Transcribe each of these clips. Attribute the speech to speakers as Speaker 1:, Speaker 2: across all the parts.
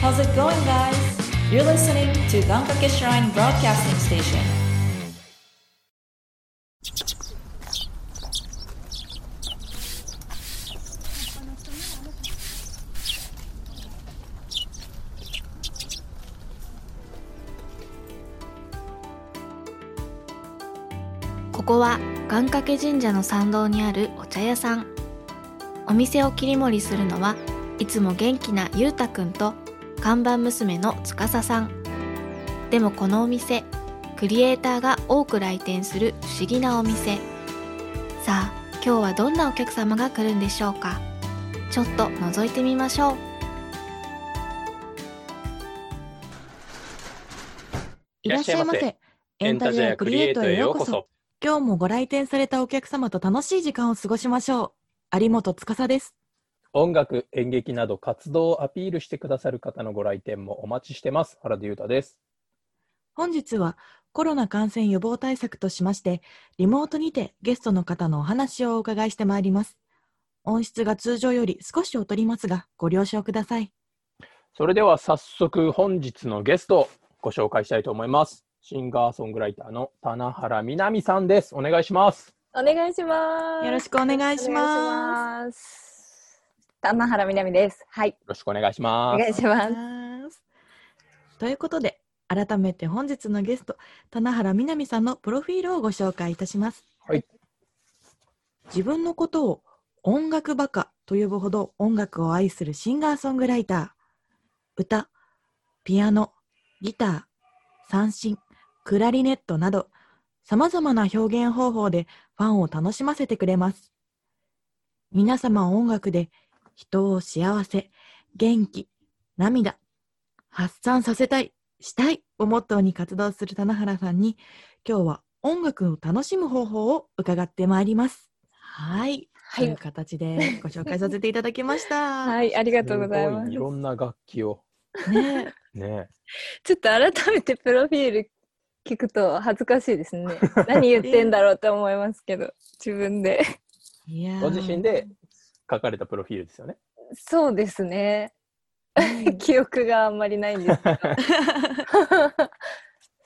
Speaker 1: How's it going, guys? You're listening to Gankake Shrine Broadcasting Station.
Speaker 2: ここは願掛け神社の参道にあるお茶屋さんお店を切り盛りするのはいつも元気なゆうたくんと看板娘のつかささんでもこのお店クリエイターが多く来店する不思議なお店さあ今日はどんなお客様が来るんでしょうかちょっと覗いてみましょう
Speaker 3: いらっしゃいませ。エンタジェアクリエイトへようこそ。
Speaker 1: 今日もご来店されたお客様と楽しい時間を過ごしましょう。有本司です。
Speaker 3: 音楽、演劇など活動をアピールしてくださる方のご来店もお待ちしてます。原田裕太です。
Speaker 1: 本日はコロナ感染予防対策としまして、リモートにてゲストの方のお話をお伺いしてまいります。音質が通常より少し劣りますが、ご了承ください。
Speaker 3: それでは早速本日のゲストをご紹介したいと思います。シンガーソングライターの棚原みなみさんです。お願いします。
Speaker 4: お願いします。。
Speaker 1: よろしくお願いします
Speaker 4: す玉原みなみです。はい
Speaker 3: よ、ろしくお願いしま
Speaker 4: お
Speaker 3: す。
Speaker 4: 願いします。
Speaker 1: ます。ということで、改めて本日のゲスト、棚原みなみさんのプロフィールをご紹介いたします。
Speaker 3: はい。
Speaker 1: 自分のことを音楽バカと呼ぶほど音楽を愛するシンガーソングライター、歌、ピアノ、ギター、三振、クラリネットなど、さまざまな表現方法でファンを楽しませてくれます。皆様は音楽で人を幸せ、元気、涙、発散させたい、したいをモットーに活動する棚原さんに、今日は音楽を楽しむ方法を伺ってまいります。はい。
Speaker 4: はい
Speaker 1: という形でご紹介させていただきました。
Speaker 4: はい、ありがとうござい
Speaker 3: す
Speaker 4: ま
Speaker 3: ご
Speaker 4: す。
Speaker 3: い
Speaker 4: ち
Speaker 3: いろんな楽器を。
Speaker 1: ね
Speaker 3: ね
Speaker 4: ょっと改めてプロフィール聞くと恥ずかしいです ね。何言ってんだろうって思いますけど、自分で。
Speaker 1: いやー
Speaker 3: ご自身で書かれたプロフィールですよね。
Speaker 4: そうですね。
Speaker 1: うん
Speaker 4: 記憶があんまりないんですけど。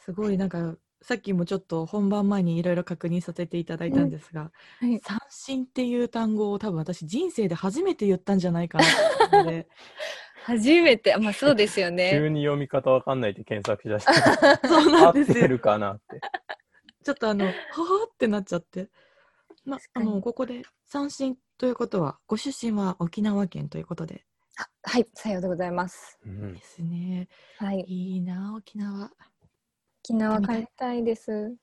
Speaker 1: すごいなんかさっきもちょっと本番前にいろいろ確認させていただいたんですが、
Speaker 4: うんはい
Speaker 1: 三振っていう単語を多分私人生で初めて言ったんじゃないかなと思う ので
Speaker 4: 初めて、まあそうですよね。
Speaker 3: 急に読み方わかんないって検索しだして、
Speaker 1: そう
Speaker 3: 合
Speaker 1: な
Speaker 3: っ
Speaker 1: んです
Speaker 3: て
Speaker 1: よ
Speaker 3: るかなって。
Speaker 1: ちょっとあの、はーってなっちゃって。ま、
Speaker 4: 確
Speaker 1: あ
Speaker 4: かに
Speaker 1: の、ここで三振ということは、ご出身は沖縄県ということで。
Speaker 4: はい、さようでございます。
Speaker 3: うん
Speaker 1: ですね。
Speaker 4: はい、
Speaker 1: いいな、沖縄。
Speaker 4: 沖縄帰りたいです。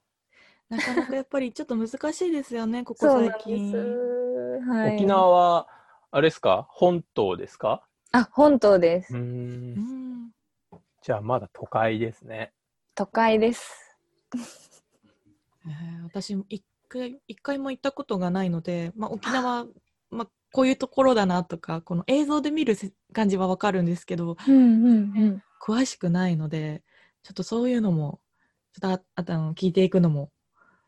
Speaker 1: なかなかやっぱりちょっと難しいですよね、ここ
Speaker 4: そう
Speaker 1: 最
Speaker 4: なんで
Speaker 1: 近。
Speaker 4: す。はい。
Speaker 3: 沖縄は、あれですか本島ですか
Speaker 4: あ、本島です
Speaker 3: う。ん
Speaker 1: うん。
Speaker 3: じゃあまだ都会ですね。
Speaker 4: 都会です。
Speaker 1: えー私も一回、一回も行ったことがないので、まあ、沖縄、まあ、こういうところだなとか、この映像で見るせ感じはわかるんですけど、
Speaker 4: うんうんうん。
Speaker 1: 詳しくないので、ちょっとそういうのも、ちょっとあ、あの、聞いていくのも、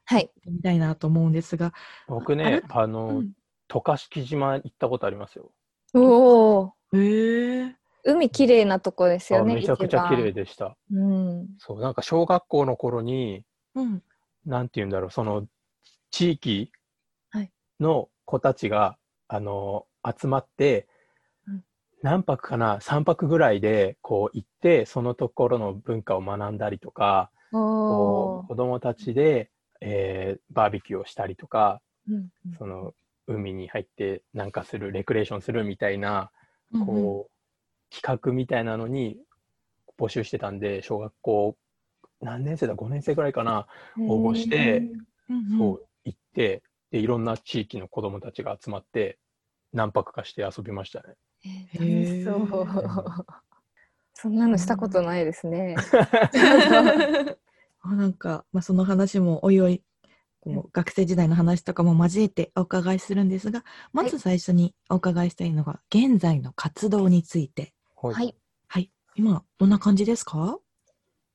Speaker 4: はい。
Speaker 1: みたいなと思うんですが、
Speaker 3: 僕
Speaker 1: あ
Speaker 3: ね
Speaker 1: れ、
Speaker 3: あの、
Speaker 4: うん
Speaker 3: 渡嘉敷島行ったことありますよ。
Speaker 4: おお。
Speaker 1: えー、
Speaker 4: 海綺麗なとこですよ
Speaker 3: あ
Speaker 4: ね。
Speaker 3: めちゃくちゃ綺麗
Speaker 4: で。
Speaker 3: でした。
Speaker 4: うん。
Speaker 3: そう、なんか小学校の頃に、
Speaker 1: うん、
Speaker 3: なんて言うんだろう、その地域
Speaker 4: はい
Speaker 3: の子たちが、あの、集まって、
Speaker 4: うん
Speaker 3: 何泊かな、3泊ぐらいでこう行って、そのところの文化を学んだりとか、
Speaker 4: お
Speaker 3: こう
Speaker 4: お。
Speaker 3: 子供たちで、えーバーベキューをしたりとか、
Speaker 4: うん
Speaker 3: その海に入ってなんかするレクレーションするみたいな
Speaker 1: うんうん
Speaker 3: こう企画みたいなのに募集してたんで小学校何年生だ5年生ぐらいかな応募して
Speaker 1: うんうん
Speaker 3: そう行ってでいろんな地域の子どもたちが集まって何泊かして遊びましたね。
Speaker 4: え
Speaker 1: へー
Speaker 4: ー楽 しそう。そんなのしたことないです ね。
Speaker 1: あなんか、まあ、その話もおいおいこう学生時代の話とかも交えてお伺いするんですがまず最初にお伺いしたいのが、現在の活動について
Speaker 3: は
Speaker 4: はいい。
Speaker 1: 今どんな感じですか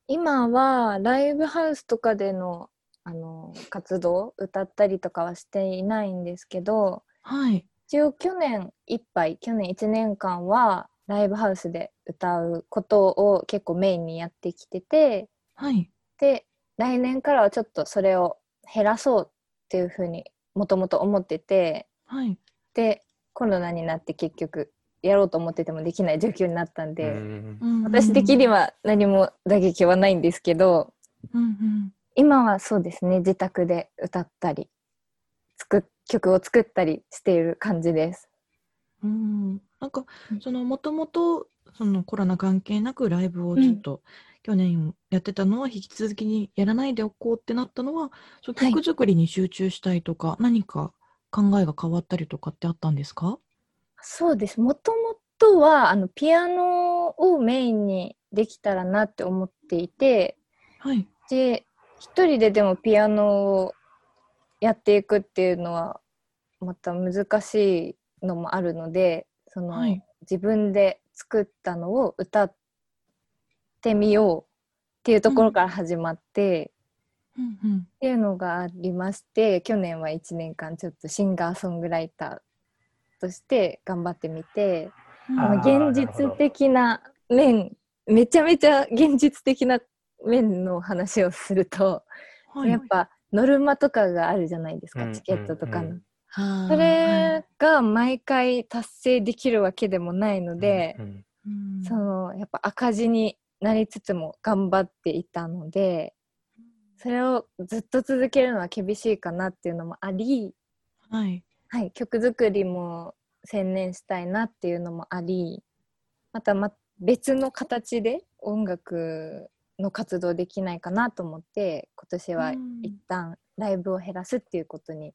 Speaker 4: 今はライブハウスとかでの。あの活動歌ったりとかはしていないんですけど
Speaker 1: はい、
Speaker 4: 一応去年いっぱい去年1年間はライブハウスで歌うことを結構メインにやってきてて
Speaker 1: はい。
Speaker 4: で来年からはちょっとそれを減らそうっていうふうにもともと思ってて
Speaker 1: はい。
Speaker 4: でコロナになって結局やろうと思っててもできない状況になったんで、
Speaker 3: うん
Speaker 1: うんうん
Speaker 4: 私的に。は何も打撃はないんですけど
Speaker 1: うんうん。
Speaker 4: 今はそうですね自宅で歌ったり作っ曲を作ったりしている感じです。
Speaker 1: うん、なんか
Speaker 4: うん
Speaker 1: そのもともとそのコロナ関係なくライブをちょっと去年やってたのは引き続きにやらないでおこうってなったのはその
Speaker 4: はい
Speaker 1: 曲作りに集中したいとか、何か考えが変わったりとかってあったんですか
Speaker 4: そうですもともとはあのピアノをメインにできたらなって思っていて
Speaker 1: はい。
Speaker 4: で一人ででもピアノをやっていくっていうのはまた難しいのもあるのでその、
Speaker 1: はい。
Speaker 4: 自分で作ったのを歌ってみようっていうところから始まって、
Speaker 1: うんうん。
Speaker 4: っていうのがありまして去年は1年間ちょっとシンガーソングライターとして頑張ってみて
Speaker 3: あー
Speaker 4: まあ現実的な面めちゃめちゃ現実的な面の話をすると、
Speaker 1: はい
Speaker 4: やっぱノルマとかがあるじゃないですか、
Speaker 3: うん
Speaker 4: チケットと
Speaker 3: う
Speaker 4: かの。
Speaker 3: んうん
Speaker 1: はあは
Speaker 4: そ
Speaker 1: い
Speaker 4: れが毎回達成できるわけでもないので、
Speaker 3: うん
Speaker 1: うん
Speaker 4: そのやっぱ赤字になりつつも頑張っていたのでそれをずっと続けるのは厳しいかなっていうのもあり、
Speaker 1: はい。
Speaker 4: はい、曲作りも専念したいなっていうのもありまたま別の形で音楽の活動できないかなと思って今年は
Speaker 1: うん
Speaker 4: 一旦ライブを減らすっていうことに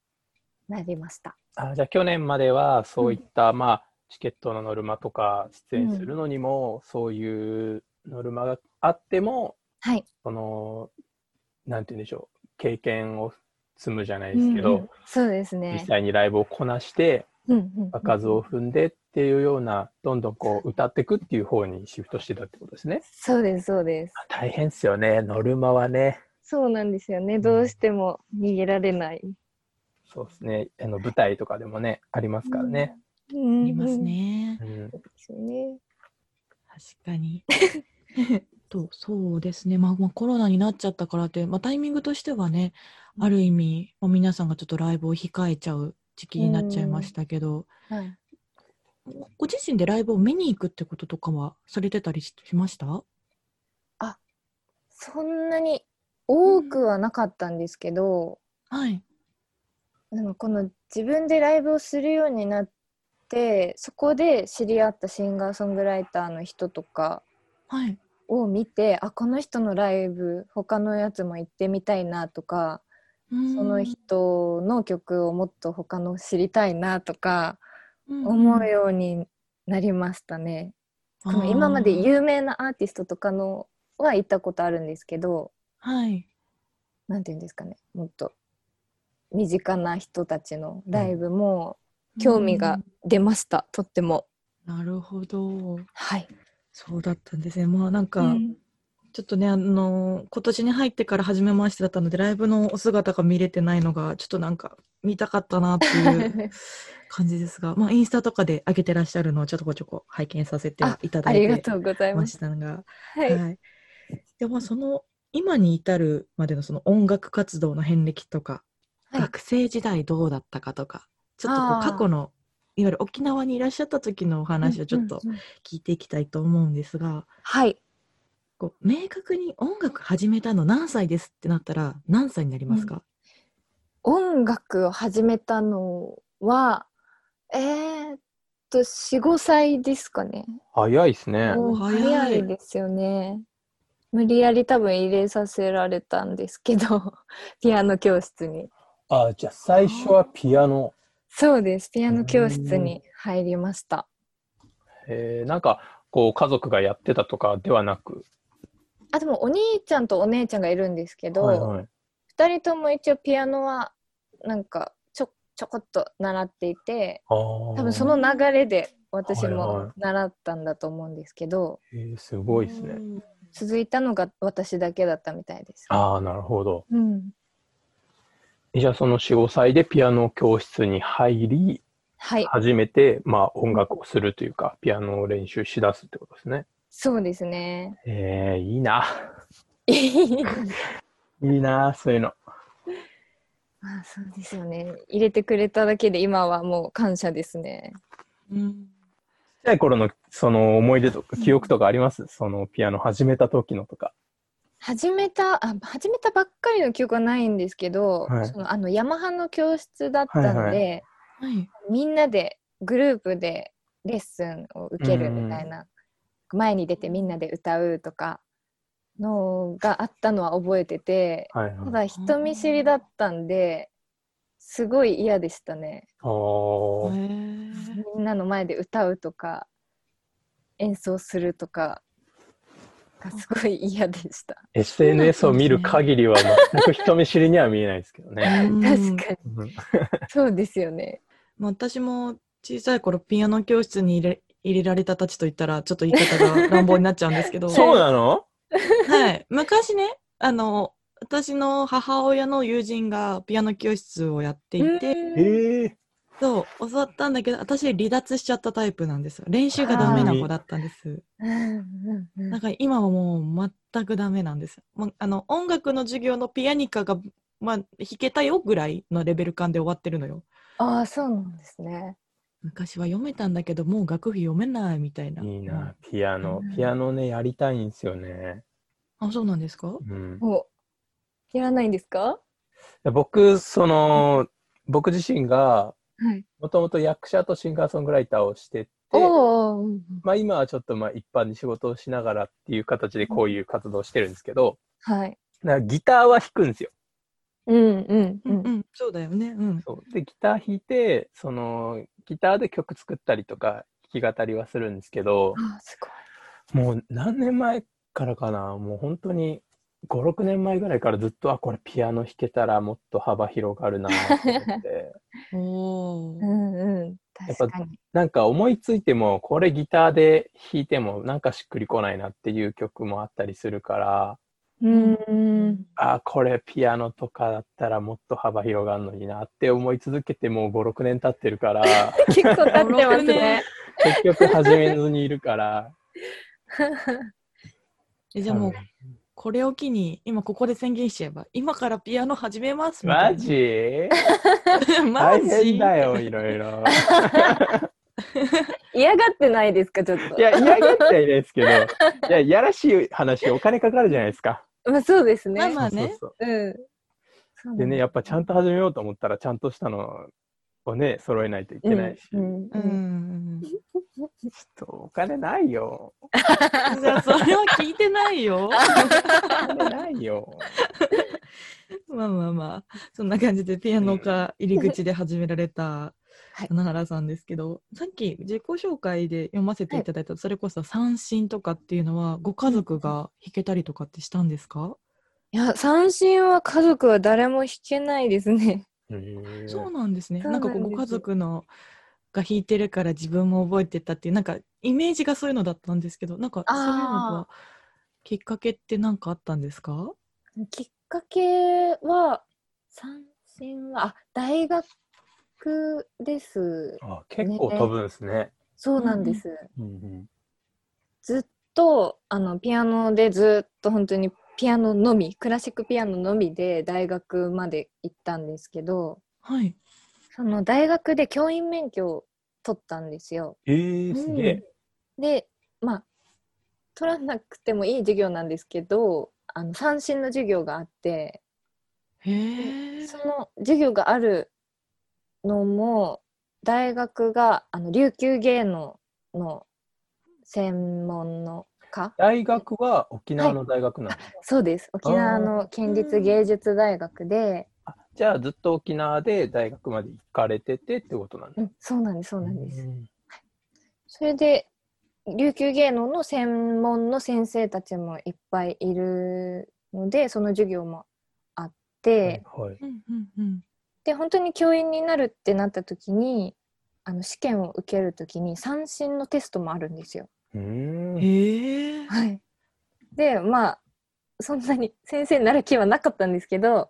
Speaker 4: なりました。
Speaker 3: あじゃあ去年まではそういった、まあ、チケットのノルマとか出演するのにも、そういうノルマがあっても
Speaker 4: はい、
Speaker 3: そのなんて言うんでしょう経験を積むじゃないですけ
Speaker 4: う
Speaker 3: ど、
Speaker 4: んうんそうです
Speaker 3: 実
Speaker 4: ね、
Speaker 3: 際にライブをこなして
Speaker 4: うんうんうん
Speaker 3: 場数を踏んでっていうようなどんどんこう歌っていくっていう方にシフトしてたってことですね。
Speaker 4: そうですそうです
Speaker 3: あ大変ですよねノルマはね。
Speaker 4: そうなんですよね。どうしても逃げられない。
Speaker 3: そうですねあの舞台とかでもねありますからね。
Speaker 1: あ
Speaker 4: うん
Speaker 1: ります。ね。
Speaker 3: うん
Speaker 4: そうですよね。
Speaker 1: 確か に。とそうですね、まあまあ、コロナになっちゃったからって、まあ、タイミングとしてはね、ある意味、まあ、皆さんがちょっとライブを控えちゃう時期になっちゃいましたけど、
Speaker 4: はい。
Speaker 1: ごご自身でライブを見に行くってこととかはされてたりししました
Speaker 4: そんなに多くはなかったんですけど、
Speaker 1: はい。
Speaker 4: でもこの自分でライブをするようになって、そこで知り合ったシンガーソングライターの人とか
Speaker 1: はい。
Speaker 4: を見て、あこの人のライブ他のやつも行ってみたいなとか、
Speaker 1: そ
Speaker 4: その人の曲をもっと他の知りたいなとか思う
Speaker 1: 思
Speaker 4: ようになりましたね。その今まで有名なアーティストとかのは行ったことあるんですけど
Speaker 1: はい。
Speaker 4: なんていうんですかねもっと身近な人たちのライブも興味が出ました、とっても
Speaker 1: うん。なるほど。
Speaker 4: はい、
Speaker 1: そうだったんですね。まあなんか、
Speaker 4: うん
Speaker 1: ちょっとね、あの今年に入ってから初めましてだったので、ライブのお姿が見れてないのが、ちょっとなんか見たかったなっていう 感じですが、まあ、インスタとかで上げてらっしゃるのをちょこちょこ拝見させてはいただ
Speaker 4: あ
Speaker 1: い
Speaker 4: りが
Speaker 1: て
Speaker 4: とうございま、
Speaker 1: ますしたが、
Speaker 4: はい
Speaker 1: はい。で、まあ、その、今に至るまでのその音楽活動の遍歴とか、
Speaker 4: はい
Speaker 1: 学生時代どうだったかとか、ちょっとこ
Speaker 4: あ
Speaker 1: う
Speaker 4: ー
Speaker 1: 過去の、いわゆる沖縄にいらっしゃった時のお話をちょっと
Speaker 4: うんうんうん
Speaker 1: 聞いていきたいと思うんですが、
Speaker 4: はい
Speaker 1: こう明確に音楽始めたの何歳ですってなったら何歳になりますか、
Speaker 4: 音楽を始めたのはえー、っと45歳ですかね
Speaker 3: 早いですね。
Speaker 4: もう
Speaker 1: 早い
Speaker 4: 早いですよね。無理やり多分入れさせられたんですけど、 ピアノ教室に。
Speaker 3: あじゃあ最初はピアノ。
Speaker 4: そうです、ピアノ教室に入りました。
Speaker 3: えーなんかこう家族がやってたとかではなく。
Speaker 4: あ、でもお兄ちゃんとお姉ちゃんがいるんですけど、二、
Speaker 3: はいはい
Speaker 4: 人とも一応ピアノはなんかちょちょこっと習っていて、
Speaker 3: あ
Speaker 4: 多
Speaker 3: 多
Speaker 4: 分その流れで私
Speaker 3: はいはい
Speaker 4: も習ったんだと思うんですけど、
Speaker 3: えーすごいですね。
Speaker 4: 続いたのが私だけだったみたいです。
Speaker 3: ああなるほど。
Speaker 4: うん、
Speaker 3: じゃあその4、5歳でピアノ教室に入り、
Speaker 4: はい、
Speaker 3: 初めて、まあ、音楽をするというか、ピアノを練習しだすってことですね。
Speaker 4: そうですね。
Speaker 3: えー、いいな。 いいな、そういうの。
Speaker 4: まあそうですよね。入れてくれただけで今はもう感謝ですね。
Speaker 1: うん
Speaker 3: ちっちゃい頃の、その思い出とか、記憶とかありますそのピアノ始めた時のとか。
Speaker 4: 始めたあ始めたばっかりの記憶はないんですけど、
Speaker 3: はい
Speaker 4: そのあのヤマハの教室だったので、
Speaker 3: はい
Speaker 1: はい。
Speaker 4: みんなでグループでレッスンを受けるみたいな、前に出てみんなで歌うとかのがあったのは覚えてて
Speaker 3: はい、はい。
Speaker 4: ただ人見知りだったんですごい嫌でしたね。
Speaker 3: あー
Speaker 1: へー
Speaker 4: みんなの前で歌うとか演奏するとかがすごい嫌でした。
Speaker 3: SNS を見る限りは全く人見知りには見えないですけどね。
Speaker 1: うん
Speaker 4: 確かに
Speaker 3: うん
Speaker 4: そうですよね。
Speaker 1: まあ私も小さい頃ピアノ教室に入れ入れられたたちと言ったらちょっと言い方が乱暴になっちゃうんですけど、
Speaker 3: そうなの
Speaker 1: はい、昔ねあの私の母親の友人がピアノ教室をやっていて、
Speaker 3: えー、
Speaker 1: そう教わったんだけど私離脱しちゃったタイプなんですよ練習がダメな子だったんですなんか今はもう全くダメなんです、まあ、あの音楽の授業のピアニカが、まあ、弾けたよぐらいのレベル感で終わってるのよ
Speaker 4: ああそうなんですね。
Speaker 1: 昔は読めたんだけどもう学費読めないみたいない
Speaker 3: いな、ピアノ。ピアノね、やりたいんですよね。
Speaker 1: あそうなんですか
Speaker 3: うん、
Speaker 4: おやらないんですか？
Speaker 3: 僕、その、僕自身が、
Speaker 4: はい。
Speaker 3: もともと役者とシンガーソングライターをしてて、
Speaker 4: おお。うんうん
Speaker 3: まあ今はちょっとまあ一般に仕事をしながらっていう形でこういう活動をしてるんですけど、
Speaker 4: はい。
Speaker 3: だからギターは弾くんですよ。
Speaker 4: うんうん
Speaker 1: うんうん、そうだよね。うん。
Speaker 3: そうで、ギター弾いて、その、ギターで曲作ったりとか、弾き語りはするんですけど、
Speaker 4: ああすごい。
Speaker 3: もう何年前からかな、もう本当に5、6年前ぐらいからずっと、あ、これピアノ弾けたらもっと幅広がるなと 思
Speaker 1: おー
Speaker 3: って、
Speaker 4: うんうん
Speaker 3: やっ
Speaker 4: 確
Speaker 3: ぱ
Speaker 4: かに。
Speaker 3: なんか思いついても、これギターで弾いてもなんかしっくりこないなっていう曲もあったりするから、
Speaker 4: うんうん。
Speaker 3: あーこれピアノとかだったらもっと幅広がるのになって思い続けてもう56年経ってるから
Speaker 4: 結構経ってます ね。
Speaker 3: 結局始めずにいるから
Speaker 1: えじゃあもう、これを機に、今ここで宣言しちゃえば、今からピアノ始めますみた
Speaker 3: マ
Speaker 1: いな。
Speaker 3: ジ
Speaker 1: マ
Speaker 3: 大
Speaker 1: ジ
Speaker 3: 変だよいろいろ
Speaker 4: 嫌がってないですかちょっと
Speaker 3: い。や嫌がってはいないですけどいやいやらしい話お金かかるじゃないですか
Speaker 4: まあそうですね。
Speaker 1: まあまあね
Speaker 3: そうそう
Speaker 4: うん。そう
Speaker 3: そ
Speaker 4: な
Speaker 3: うんで
Speaker 4: だ
Speaker 3: ねやっぱちゃんと始めようと思ったらちゃんとしたのをね揃えないといけないし、
Speaker 4: うん
Speaker 1: う
Speaker 4: うん
Speaker 1: うん
Speaker 4: ん
Speaker 1: うん。
Speaker 3: ちょっとお金ないよ
Speaker 1: じゃあそれは聞いてない よ。
Speaker 3: お金ないよ
Speaker 1: まあまあまあ、そんな感じでピアノが入り口で始められた
Speaker 4: はい
Speaker 1: 棚原さんですけど、さっき自己紹介で読ませていただいた、それこそ三振とかっていうのは、ご家族が弾けたりとかってしたんですか、
Speaker 4: いや三振は家族は誰も弾けないですね。
Speaker 3: うん
Speaker 1: そうなんですね。
Speaker 4: そう
Speaker 1: な
Speaker 4: なん
Speaker 1: か
Speaker 4: ん
Speaker 1: こう
Speaker 4: です
Speaker 1: ご家族のが弾いてるから自分も覚えてたっていうなんかイメージがそういうのだったんですけど、なんか
Speaker 4: あ
Speaker 1: そう
Speaker 4: ー
Speaker 1: いうのがきっかけって何かあったんですか？
Speaker 4: きっかけは三振はあ大学です。
Speaker 3: あ結構飛ぶんですね。
Speaker 4: そうなんです。
Speaker 3: うん
Speaker 4: ずっとあのピアノでずっと本当にピアノのみクラシックピアノのみで大学まで行ったんですけど
Speaker 1: はい。
Speaker 4: その大学で教員免許を取ったんですよ。
Speaker 3: えー、すげえ。
Speaker 4: でまあ取らなくてもいい授業なんですけどあの三振の授業があって
Speaker 1: へえ。
Speaker 4: その授業があるのも大学があの琉球芸能の専門の科
Speaker 3: 大学は沖縄の大学なんです、
Speaker 4: そうです沖縄の県立芸術大学で、
Speaker 3: あじゃあずっと沖縄で大学まで行かれててってことなんで
Speaker 4: うん、そうなんですそう
Speaker 3: す
Speaker 4: なんです、
Speaker 3: うん
Speaker 4: それで琉球芸能の専門の先生たちもいっぱいいるのでその授業もあって、
Speaker 3: はい
Speaker 1: うんうんうん。
Speaker 4: で本当に教員になるってなった時にあの試験を受ける時に三振のテストもあるんですよ。
Speaker 3: うーん
Speaker 1: へえ。
Speaker 4: はい、でまあそんなに先生になる気はなかったんですけど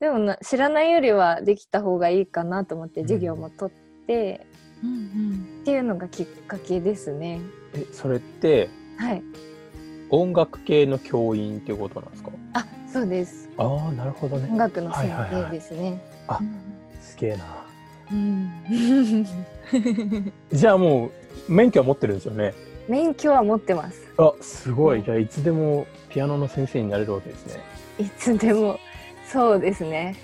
Speaker 4: でもな知らないよりはできた方がいいかなと思って授業も取って
Speaker 1: うん
Speaker 4: っていうのがきっかけですね。
Speaker 3: えそれって
Speaker 4: はい、
Speaker 3: 音楽系の教員っていうことなんですか
Speaker 4: あそうです
Speaker 3: ああなるほどね
Speaker 4: 音楽の
Speaker 3: は
Speaker 4: 先
Speaker 3: いはいは
Speaker 4: 生
Speaker 3: い
Speaker 4: ですね。
Speaker 3: すげえな
Speaker 4: うん、
Speaker 3: じゃあもう免許は持ってるんですよね
Speaker 4: 免許は持ってます。
Speaker 3: あすごいじゃあいつでもピアノの先生になれるわけですね
Speaker 4: いつでもそうですね。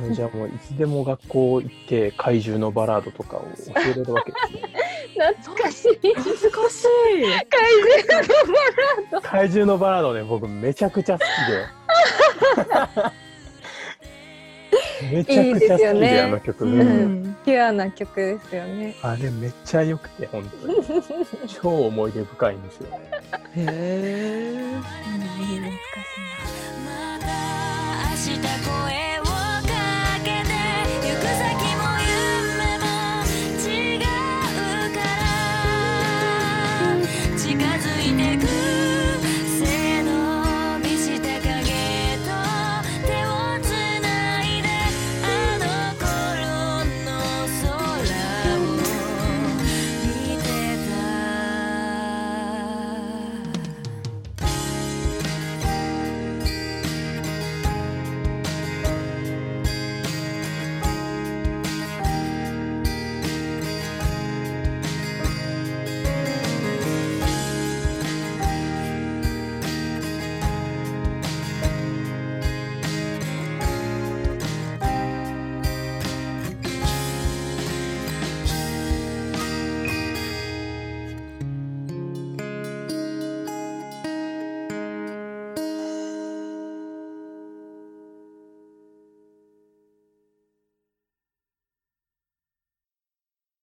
Speaker 3: うんじゃあもういつでも学校行って怪獣のバラードとかを教えれるわけですね
Speaker 4: 懐かしい怪
Speaker 1: 難しい
Speaker 4: 獣の
Speaker 3: 怪獣のバラードね僕めちゃくちゃ好 きでめちゃくちゃ好き
Speaker 4: いいですよ
Speaker 3: で
Speaker 4: ね
Speaker 3: あの曲
Speaker 1: うん
Speaker 3: ね、
Speaker 4: うん、ピュアな曲ですよね。
Speaker 3: あれめっちゃ良くて本 当に超思い出深いんですよね
Speaker 1: へえ
Speaker 4: 懐かしいな。
Speaker 5: また明日こ